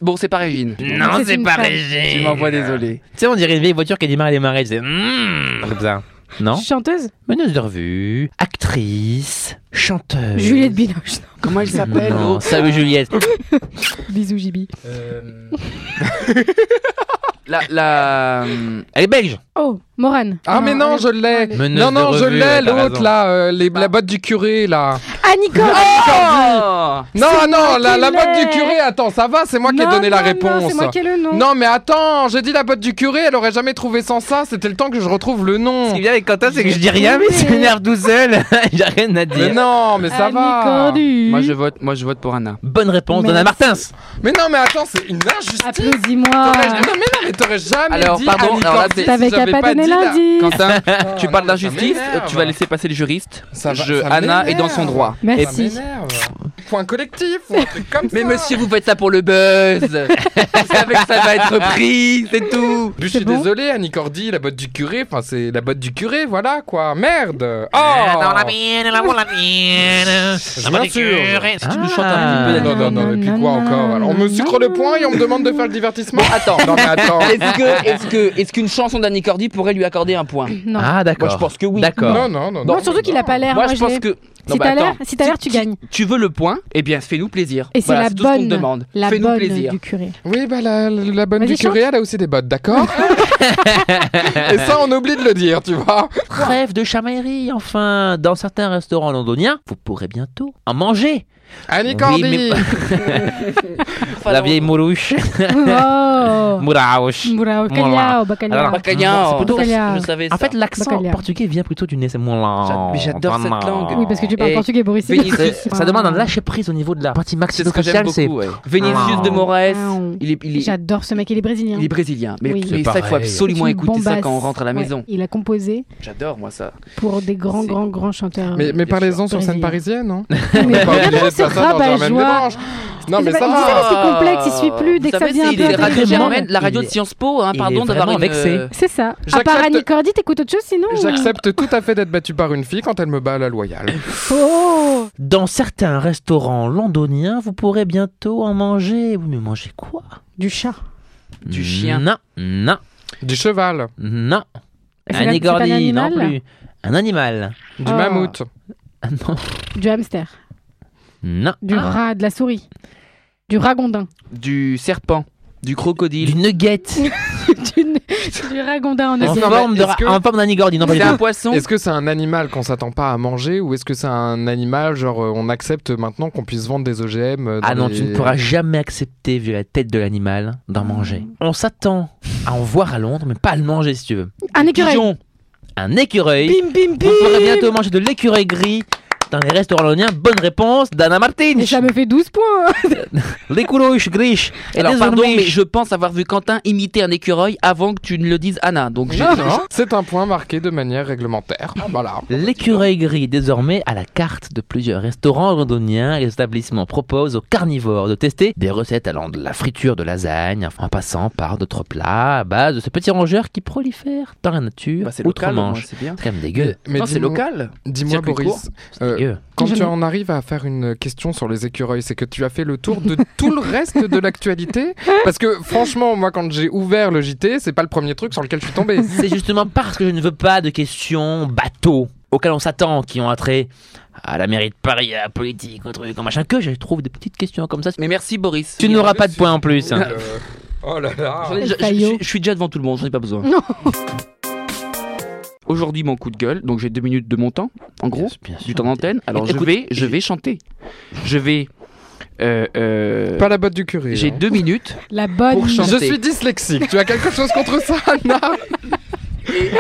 S3: Bon, c'est pas Régine.
S4: non,
S1: C'est
S4: c'est
S1: une
S4: pas
S1: femme.
S4: Régine.
S3: Tu m'envoies désolé.
S4: Tu sais, on dirait une vieille voiture qui a du mal à démarrer. C'est mm, comme ça. Non
S1: Chanteuse
S4: Meneuse de revue, actrice, chanteuse.
S1: Juliette Binoche.
S3: Comment elle s'appelle
S4: Non,
S3: oh
S4: salut Juliette.
S1: Bisous, Jibi.
S3: Euh, La, la... euh,
S4: Elle est belge.
S1: Oh, Morane.
S2: Ah, mais non, je l'ai.
S4: Meneuse
S2: Non,
S4: de
S2: non, je
S4: revue,
S2: l'ai,
S4: t'as
S2: l'autre
S4: raison.
S2: là, euh,
S1: Bah.
S2: les- la botte du curé là.
S1: Ah, Nicole
S3: Oh
S2: Non, non,
S1: moi
S2: la,
S1: qui
S2: la botte
S1: l'ai.
S2: du curé, attends, ça va, c'est moi qui ai
S1: Non,
S2: donné la
S1: non, non,
S2: réponse.
S1: C'est moi qui ai le nom.
S2: Non mais attends, j'ai dit la botte du curé, elle aurait jamais trouvé sans ça, c'était le temps que je retrouve le nom.
S4: bien avec Quentin, c'est que je dis rien, mais il s'énerve tout seul. J'ai rien
S2: Mais
S4: à dire.
S2: non, mais ça
S1: Annie
S2: va.
S1: Cordu.
S3: moi je, vote, moi je vote pour Anna.
S4: Bonne réponse,
S1: Merci.
S4: Donna Martins.
S2: Mais non mais attends, c'est une injustice.
S1: Applaudis-moi.
S2: T'aurais- Non mais non mais t'aurais jamais
S3: Alors,
S2: dit
S3: pardon,
S2: Annie
S3: alors là,
S2: Cordy
S3: c'est-
S2: si
S1: T'avais qu'à
S2: j'avais
S1: pas
S2: pas
S1: donner
S2: dit
S1: lundi.
S3: Quentin,
S2: Oh,
S3: tu parles
S2: non, mais ça
S3: d'injustice,
S2: m'énerve.
S3: Ah, tu vas laisser passer les juristes.
S4: Oh.
S2: Ça va-
S3: Je-
S2: ça
S3: Anna est dans
S2: m'énerve.
S3: son droit.
S2: Ça
S1: Merci.
S2: m'énerve. Point collectif ou un truc comme
S3: Mais
S2: ça.
S3: monsieur, vous faites ça pour le buzz. vous savez que ça va être pris, c'est tout.
S2: Puis je suis
S1: C'est bon
S2: désolé, Annie Cordy, la botte du curé, enfin c'est la botte du curé, voilà quoi, merde Oh
S5: Dans la mienne, l'amour la mienne.
S2: Je
S5: La bonne
S2: m'insurge.
S5: cure est-
S4: Ah.
S2: Non, non, non, et puis quoi encore Alors on me sucre le point et on me demande de faire le divertissement
S3: Attends.
S2: Non mais attends
S3: Est-ce que, est-ce que, est-ce qu'une chanson d'Annie Cordy pourrait lui accorder un point
S1: Non.
S4: Ah,
S3: Moi,
S4: d'accord.
S3: je pense que oui.
S4: D'accord.
S2: Non, non, non,
S1: Non,
S2: non.
S1: surtout qu'il a pas l'air.
S3: Moi,
S1: moi,
S3: je
S1: l'ai.
S3: pense que. Non,
S1: Si
S3: bah,
S1: t'as l'air,
S3: attends.
S1: si t'as l'air, tu gagnes.
S3: Tu veux le point Eh bien, fais-nous plaisir.
S1: Et c'est
S3: Voilà,
S1: la
S3: tout ce qu'on te
S1: bonne-
S3: demande.
S1: La
S3: Fais-nous
S1: bonne
S3: plaisir.
S1: du curé.
S2: Oui, bah la, la bonne
S1: Vas-y,
S2: du curé, elle a aussi des bottes, d'accord Et ça on oublie de le dire, tu vois
S4: Trêve de chamaillerie, enfin. Dans certains restaurants londoniens, vous pourrez bientôt en manger.
S2: Annie
S4: Oui,
S2: Cordy
S4: mais- la vieille mourouche.
S1: Oh
S4: Mourouche.
S1: Moura,
S4: Voilà.
S1: bacalhao, bacalhao.
S4: Alors,
S3: Bacalhao.
S4: C'est plutôt-
S1: Bacalhao.
S3: Je savais
S4: En
S3: ça.
S4: fait, l'accent
S1: Bacalhao.
S4: portugais vient plutôt du nez. c'est moins
S3: J'a-
S4: lent.
S3: mais j'adore cette
S4: Voilà.
S3: langue.
S1: Ah. Oui, parce que tu parles
S3: Et euh,
S1: portugais, Boris.
S3: Vénus-
S4: C'est- Ça demande un lâcher prise au niveau de la partie
S3: c'est ce que j'aime
S4: maxillofaciale. C'est
S3: beaucoup. ouais. Vinicius de Moraes. Il est, il est,
S1: Ah, J'adore ce mec, il est brésilien.
S3: il est brésilien. Mais,
S1: Oui.
S3: mais
S4: C'est
S3: ça, il faut
S4: pareil.
S3: absolument
S1: C'est une
S3: écouter ça
S1: bombasse.
S3: quand on rentre à la
S1: Ouais,
S3: maison.
S1: il a composé
S3: J'adore, moi, ça.
S1: pour des grands,
S3: C'est-
S1: grands, grands chanteurs.
S2: Mais, mais
S3: Bien
S2: parlez-en sur scène
S1: Brésilien.
S2: parisienne, non
S1: Oui, mais
S2: On est pas obligé
S1: regarde-le,
S2: de
S1: ce
S2: faire ça dans
S1: rabat
S2: la même
S1: joie.
S2: branche. Non mais
S1: C'est
S2: ça
S1: pas-
S2: va
S1: c'est complexe, il suit plus,
S3: Vous
S1: dès que ça
S3: savez,
S1: devient
S3: c'est
S1: un peu
S3: les radios
S1: intelligent.
S3: germaines, la radio
S4: Il est-
S3: de Sciences Po, hein,
S4: il
S3: pardon
S4: est
S3: d'avoir
S4: vraiment
S3: une...
S4: vexé.
S3: euh,
S1: C'est ça. À
S2: J'accepte-
S1: part Annie Cordy, t'écoutes autre chose sinon
S2: J'accepte tout à fait d'être battu par une fille quand elle me bat à la loyale.
S1: Oh
S4: Dans certains restaurants londoniens, vous pourrez bientôt en manger. Oui, mais manger quoi
S1: Du chat.
S3: Du chien.
S4: Non, non,
S2: Du cheval,
S4: non.
S1: C'est
S4: Un
S1: la- c'est pas un
S4: égordi, non
S1: animal
S4: plus. Un animal.
S2: du
S1: Ah.
S2: mammouth.
S4: Ah, Non,
S1: Du hamster.
S4: non.
S1: Du
S4: Ah.
S1: rat, de la souris. Du ragondin.
S3: du serpent, du
S4: Du
S3: crocodile.
S4: nugget.
S1: du, du ragondin en
S4: en,
S1: Asie.
S2: Non, mais
S4: forme de
S2: est-ce
S4: ra-
S2: que-
S4: en forme d'anigordi, non pas du
S3: C'est
S4: tout.
S3: un poisson.
S2: Est-ce que c'est un animal qu'on s'attend pas à manger ou est-ce que c'est un animal genre euh, on accepte maintenant qu'on puisse vendre des OGM euh, dans
S4: Ah non,
S2: les-
S4: tu ne pourras jamais accepter, vu la tête de l'animal,
S1: Ah.
S4: d'en manger. On s'attend à en voir à Londres, mais pas à le manger si tu veux.
S1: Un écureuil.
S4: Pigeon. Un écureuil.
S1: Bim, bim,
S4: Vous pourrez
S1: bim
S4: bientôt manger de l'écureuil gris dans les restaurants londoniens. Bonne réponse d'Anna Martin.
S1: Et ça me fait 12 points hein.
S4: L'écoulouche griche. Et
S3: Alors
S4: des
S3: pardon,
S4: ormiches.
S3: mais je pense avoir vu Quentin imiter un écureuil avant que tu ne le dises Anna. Donc j'ai-
S2: Non, non, C'est un point marqué de manière réglementaire.
S3: Ah.
S2: Voilà.
S4: L'écureuil gris, désormais à la carte de plusieurs restaurants londoniens, les établissements proposent aux carnivores de tester des recettes allant de la friture de lasagne en passant par d'autres plats à base de ce petit rongeur qui prolifère dans la nature
S3: Bah, c'est local, moi,
S4: outre-Manche.
S3: c'est bien.
S4: C'est quand même dégueu.
S2: Mais
S3: non, c'est
S2: dis-moi-
S3: local.
S2: Dis-moi
S3: Circuit
S2: Boris,
S4: C'est
S2: euh,
S4: dégueu.
S2: quand tu en arrives à faire une question sur les écureuils, c'est que tu as fait le tour de tout le reste de l'actualité Parce que franchement, moi quand j'ai ouvert le JT, c'est pas le premier truc sur lequel je suis tombé.
S4: C'est justement parce que je ne veux pas de questions bateaux auxquelles on s'attend, qui ont attrait à la mairie de Paris, à la politique, au truc, au machin, que je trouve des petites questions comme ça.
S3: Mais merci Boris.
S4: Tu n'auras pas de points en plus. hein.
S2: Euh, Oh là là
S3: J'en ai déjà-
S1: Faillot.
S3: je, je- je suis déjà devant tout le monde, j'en ai pas besoin.
S1: Non.
S3: Aujourd'hui mon coup de gueule, donc j'ai deux minutes de mon temps, en gros,
S4: Bien sûr.
S3: du temps d'antenne. Alors je
S4: Écoute,
S3: vais, je vais chanter. Je vais. euh, euh,
S2: Pas la botte du curé.
S3: j'ai
S2: hein.
S3: deux minutes.
S1: La bonne.
S3: Pour chanter.
S2: Je suis dyslexique. Tu as quelque chose contre ça, Anna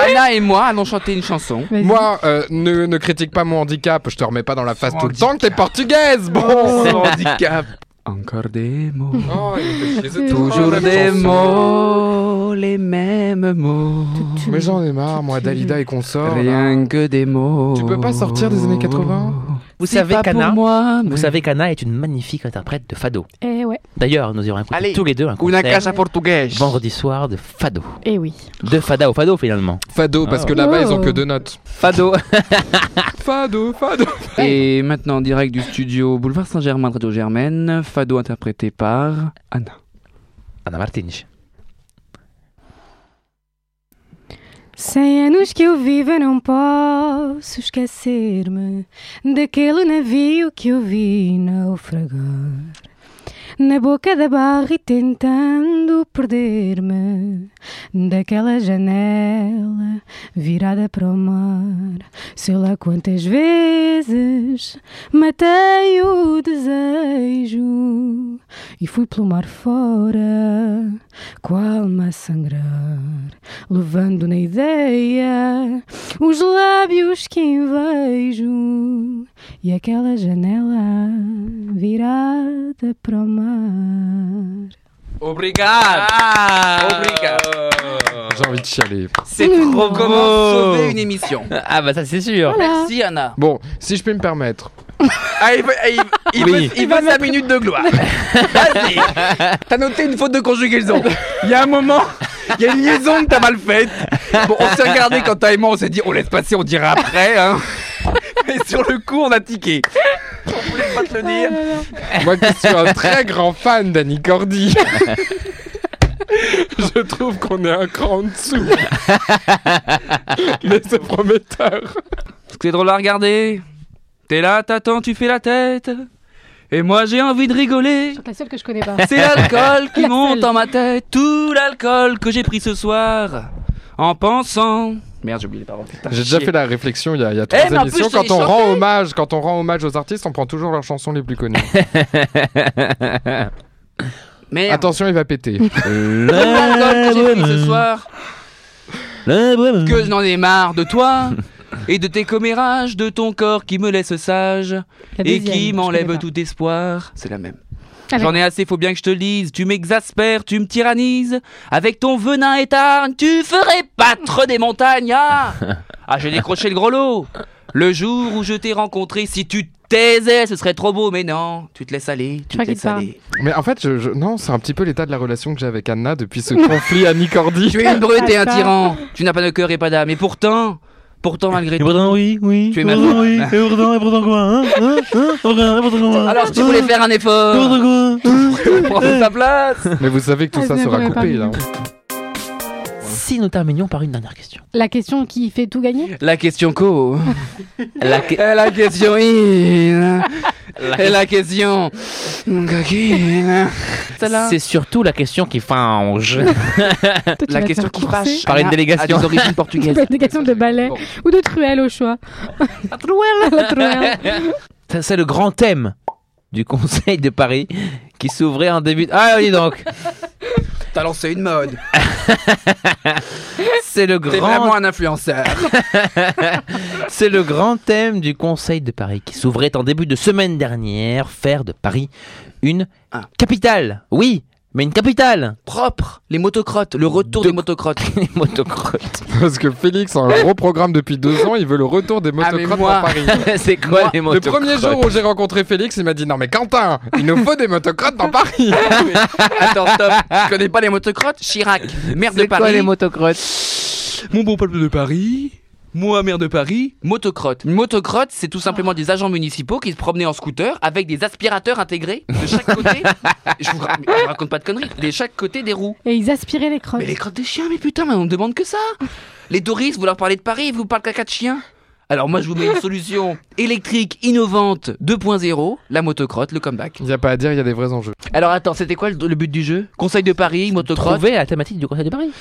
S3: Anna et moi allons chanter une chanson.
S1: Vas-y.
S2: Moi, euh, ne, ne critique pas mon handicap. Je te remets pas dans la face tout le temps que t'es portugaise. Bon.
S3: Oh, handicap. Encore des mots.
S1: Oh.
S2: Oh,
S1: Toujours
S3: Toujours des mots, les mêmes mots.
S2: Mais j'en ai marre, moi, Dalida et consort.
S3: Rien que des mots.
S2: Oh, Tu peux pas sortir des années 80?
S4: Vous
S3: C'est
S4: savez
S3: pas pour
S4: qu'Anna,
S3: moi, mais-
S4: vous savez qu'Anna est une magnifique interprète de fado.
S1: Eh ouais,
S4: D'ailleurs, nous irons écouter
S3: Allez,
S4: tous les deux un
S3: Una
S4: concert
S3: casa portuguesa.
S4: vendredi soir de fado.
S1: eh oui.
S4: De fada au fado finalement.
S2: Fado, parce
S4: Ah.
S2: que là-bas,
S1: Oh.
S2: ils ont que deux notes.
S4: Fado.
S2: Fado, fado.
S3: Et maintenant, en direct du studio Boulevard Saint-Germain de Radio Germaine, Fado interprété par Anna.
S4: Anna Martins.
S1: Cem anos que eu vivo eu não posso esquecer-me daquele navio que eu vi naufragar. Na boca da barra e tentando perder-me daquela janela virada para o mar. Sei lá quantas vezes matei o desejo e fui pelo mar fora, com a alma a sangrar, levando na ideia os lábios que invejo e aquela janela virada para o mar.
S3: Obrigado.
S4: Ah
S3: Obrigado.
S2: J'en envie de chialer.
S3: C'est
S1: Mmh.
S3: trop comment
S4: beau.
S3: sauver une émission.
S4: Ah bah ça c'est sûr.
S1: Voilà.
S3: Merci Anna.
S2: Bon, si je peux me permettre.
S3: Ah, il veut, ah, il- il
S4: Oui.
S3: veut- il veut sa minute de gloire. Vas-y. T'as noté une faute de conjugaison. Il y a un moment, il y a une liaison que t'as mal faite. Bon, on s'est regardé quand t'as et moi, on s'est dit, on laisse passer, on dira après. Hein. Mais sur le coup, on a tiqué. On voulait pas te le dire.
S2: Moi qui suis un très grand fan d'Annie Cordy. Je trouve qu'on est un cran en dessous. Mais c'est prometteur.
S3: Parce que c'est drôle à regarder. T'es là, t'attends, tu fais la tête. Et moi, j'ai envie de rigoler.
S1: C'est la seule que je connais pas.
S3: C'est l'alcool qui
S1: La
S3: monte
S1: seule.
S3: en ma tête, tout l'alcool que j'ai pris ce soir, en pensant. Merde, j'ai oublié les paroles. putain,
S2: J'ai déjà
S3: chier.
S2: fait la réflexion il y a, il y a
S3: Eh,
S2: trois
S3: mais en plus,
S2: émissions.
S3: je te
S2: Quand
S3: l'ai
S2: on, rend
S3: chanté.
S2: hommage, quand on rend hommage aux artistes, on prend toujours leurs chansons les plus connues.
S3: Merde.
S2: Attention, il va péter.
S3: tout l'alcool que j'ai pris ce soir, que je n'en ai marre de toi et de tes commérages, de ton corps qui me laisse sage
S1: La
S3: et
S1: deuxième,
S3: qui
S1: je
S3: m'enlève
S1: connais pas.
S3: tout espoir. C'est la même.
S1: Ah ouais.
S3: J'en ai assez, faut bien que je te lise. Tu m'exaspères, tu me tyrannises. Avec ton venin et ta hargne, tu ferais battre des montagnes. Ah, Ah, j'ai décroché le gros lot. Le jour où je t'ai rencontré, si tu te taisais, ce serait trop beau. Mais non, tu te laisses aller. Tu
S1: crois
S3: te
S1: qu'il
S3: laisses
S1: parle.
S3: aller.
S2: Mais en fait, je, je- non, c'est un petit peu l'état de la relation que j'ai avec Anna depuis ce conflit Annie Cordy.
S3: Tu es une brute et un
S1: Attends.
S3: tyran. Tu n'as pas de cœur et pas d'âme. Et pourtant, pourtant malgré
S4: Et
S3: tout.
S4: pourtant oui, oui.
S3: Tu es
S4: et
S3: ma
S4: pourtant,
S3: femme.
S4: oui. Et pourtant, et pourtant quoi hein hein hein Et pourtant, et pourtant quoi
S3: Alors si tu voulais faire euh, un
S4: Et
S3: effort,
S4: pourtant quoi hein
S3: prends ta place.
S2: Mais vous savez que tout
S1: Ah,
S2: ça
S1: je
S2: sera
S1: n'aurais pas
S2: coupé
S1: vu.
S2: là.
S4: Si nous terminions par une dernière question.
S1: La question qui fait tout gagner
S3: La question co.
S4: La que-
S3: Et Eh, la question in. Et la question coquine. Celle-là.
S4: C'est surtout la question qui fange.
S1: Toi, tu vas
S3: la
S1: te
S3: question
S1: faire
S3: qui
S1: courser.
S3: fâche.
S4: Par une
S3: Anna
S4: délégation.
S3: a Ah, des origines portugaises.
S1: Une délégation de ballet.
S3: Bon.
S1: Ou de truelle au choix. La truelle, la truelle.
S4: Ça, C'est le grand thème du Conseil de Paris qui s'ouvrait en début. Ah oui donc.
S3: T'as lancé une mode.
S4: C'est le
S3: T'es
S4: grand.
S3: vraiment un influenceur.
S4: C'est le grand thème du Conseil de Paris qui s'ouvrait en début de semaine dernière. Faire de Paris une
S3: Ah.
S4: capitale. Oui, mais une capitale.
S3: Propre. Les motocrottes. Le retour
S4: De-
S3: des motocrottes.
S4: Les motocrottes.
S2: Parce que Félix a un gros programme depuis deux ans, il veut le retour des
S3: Ah, mais
S2: motocrottes
S3: moi.
S2: dans Paris.
S4: C'est quoi
S3: Moi,
S4: les
S2: Le
S4: motocrottes
S2: premier jour où j'ai rencontré Félix, il m'a dit Non, mais Quentin, il nous faut des motocrottes dans Paris.
S3: Attends, stop. Je connais pas les motocrottes. Chirac. Maire de
S4: C'est quoi
S3: Paris.
S4: les motocrottes
S3: Mon bon peuple de Paris, moi maire de Paris, motocrotte. Une motocrotte, c'est tout simplement des agents municipaux qui se promenaient en scooter avec des aspirateurs intégrés de chaque côté. je, vous ra- je vous raconte pas de conneries, de chaque côté des roues.
S1: Et ils aspiraient les crottes.
S3: Mais les crottes des chiens, mais putain, mais on me demande que ça. Les touristes, vous leur parlez de Paris, ils vous parlent caca de chien. Alors moi, je vous mets une solution électrique, innovante, 2.0, la motocrotte, le comeback.
S2: Il n'y a pas à dire, il y a des vrais enjeux.
S3: Alors attends, c'était quoi le, le but du jeu Conseil de Paris, motocrotte.
S4: Trouver la thématique du Conseil de Paris.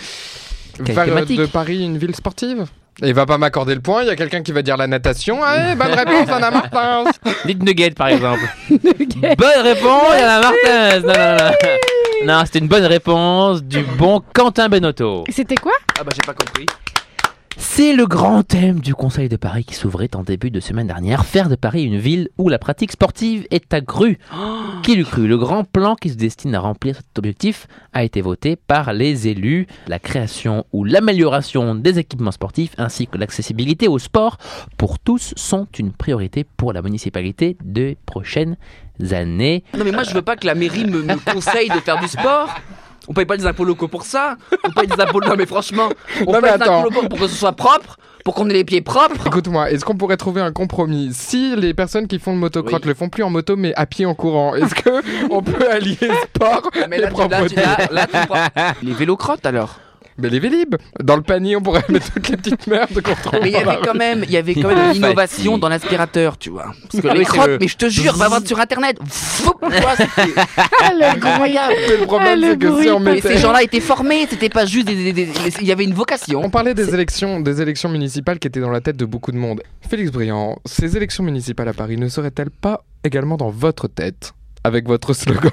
S4: Quelle
S2: Faire euh,
S4: thématique.
S2: de Paris une ville sportive Et il va pas m'accorder le point, il y a quelqu'un qui va dire la natation. Eh, bonne réponse, Anna Martin
S4: Dites Nugget par exemple.
S1: Nugget.
S4: bonne réponse, Yana Martins. Non, non, non. Non, c'est une bonne réponse du bon Quentin Benotto.
S1: C'était quoi
S3: Ah bah j'ai pas compris.
S4: C'est le grand thème du Conseil de Paris qui s'ouvrait en début de semaine dernière. Faire de Paris une ville où la pratique sportive est accrue. Qui l'eût cru Le grand plan qui se destine à remplir cet objectif a été voté par les élus. La création ou l'amélioration des équipements sportifs ainsi que l'accessibilité au sport pour tous sont une priorité pour la municipalité des prochaines années.
S3: Non mais moi je veux pas que la mairie me, me conseille de faire du sport. On paye pas des impôts locaux pour ça. On paye des impôts. Non mais franchement, on
S2: Non, mais
S3: paye des
S2: attends.
S3: impôts locaux pour que ce soit propre, pour qu'on ait les pieds propres.
S2: Écoute-moi, est-ce qu'on pourrait trouver un compromis Si les personnes qui font le motocrotte
S3: Oui.
S2: le font plus en moto mais à pied en courant, est-ce que on peut allier sport
S3: Ah, mais
S2: et
S3: là, tu- là, tu-
S2: propreté
S3: là- là, tu prends- Les vélocrottes alors.
S2: Mais les Vélib Dans le panier, on pourrait mettre toutes les petites merdes qu'on trouve.
S3: Ah, Mais il y avait quand même, il y avait
S4: Il
S3: quand même
S4: fatigue.
S3: une innovation dans l'aspirateur, tu vois. Parce que
S4: oui,
S3: les
S4: c'est
S3: crottes,
S4: le-
S3: mais je te jure, va voir sur internet. Fou, tu vois, c'était-
S1: Ah, le
S3: Incroyable.
S2: Mais le
S1: Ah,
S2: problème,
S1: le
S2: c'est que si
S1: bruit,
S2: on
S3: Mais ces
S2: mettait...
S3: gens-là étaient formés. C'était pas juste des, des- des- des- il y avait une vocation.
S2: On parlait des élections, des élections municipales qui étaient dans la tête de beaucoup de monde. Félix Briand, ces élections municipales à Paris ne seraient-elles pas également dans votre tête avec votre slogan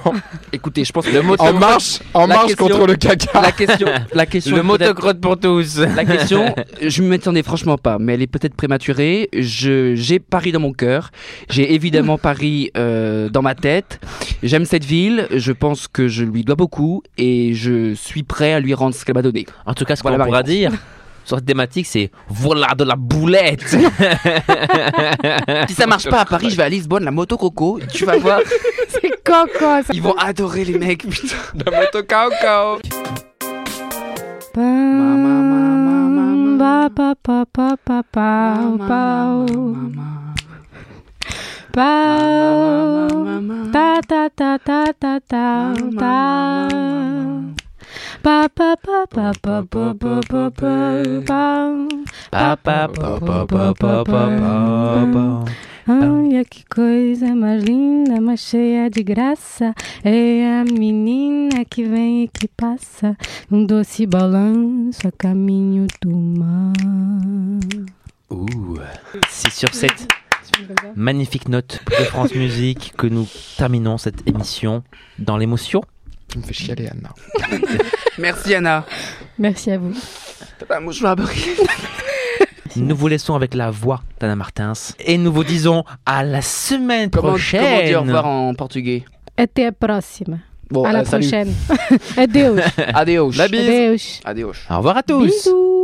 S3: Écoutez, je pense que le mot
S2: En marche, en
S3: la
S2: marche
S3: question-
S2: contre le caca.
S3: La question, la question.
S4: Le
S3: est peut-être-
S4: motocrotte pour tous.
S3: La question, je ne m'attendais franchement pas, mais elle est peut-être prématurée. Je, j'ai Paris dans mon cœur. J'ai évidemment Paris euh, dans ma tête. J'aime cette ville. Je pense que je lui dois beaucoup et je suis prêt à lui rendre ce qu'elle m'a donné.
S4: En tout cas, ce
S3: Voilà
S4: qu'on
S3: ma
S4: pourra dire sur cette thématique, c'est voilà de la boulette.
S3: Si ça marche pas à Paris, je vais à Lisbonne, la moto coco. Tu vas voir,
S1: C'est coco, ça.
S3: ils vont adorer les mecs. Putain.
S1: Pam, ba, ba, ba, ba, ba, ba, ba, ba, ta, ta, ta, ta, ta, ta, ta. Ba, ba, ba, ba, ba, ba, ba, ba, ba, ba.
S4: Pa, pa, pa, pa, pa, pa, pa, pa.
S1: Olha que coisa mais linda, mais cheia de graça. É a menina que vem e que passa. Um doce balanço a caminho do mar.
S4: Ouh. C'est sur cette magnifique note de France Musique que nous terminons cette émission dans l'émotion.
S2: Tu me fais chialer, Anna.
S3: Merci Anna.
S1: Merci à vous.
S3: Bah, moi, je vais à Paris.
S4: Nous vous laissons avec la voix d'Anna Martins et nous vous disons à la semaine
S3: Comment,
S4: prochaine.
S3: comment dire au revoir en portugais
S1: Até a próxima.
S3: Bon,
S1: à la
S3: euh, salut.
S1: prochaine. Adeus.
S3: Adeus.
S2: La bise.
S1: Adeus.
S3: Adeus.
S4: Au revoir à tous.
S1: Bisous.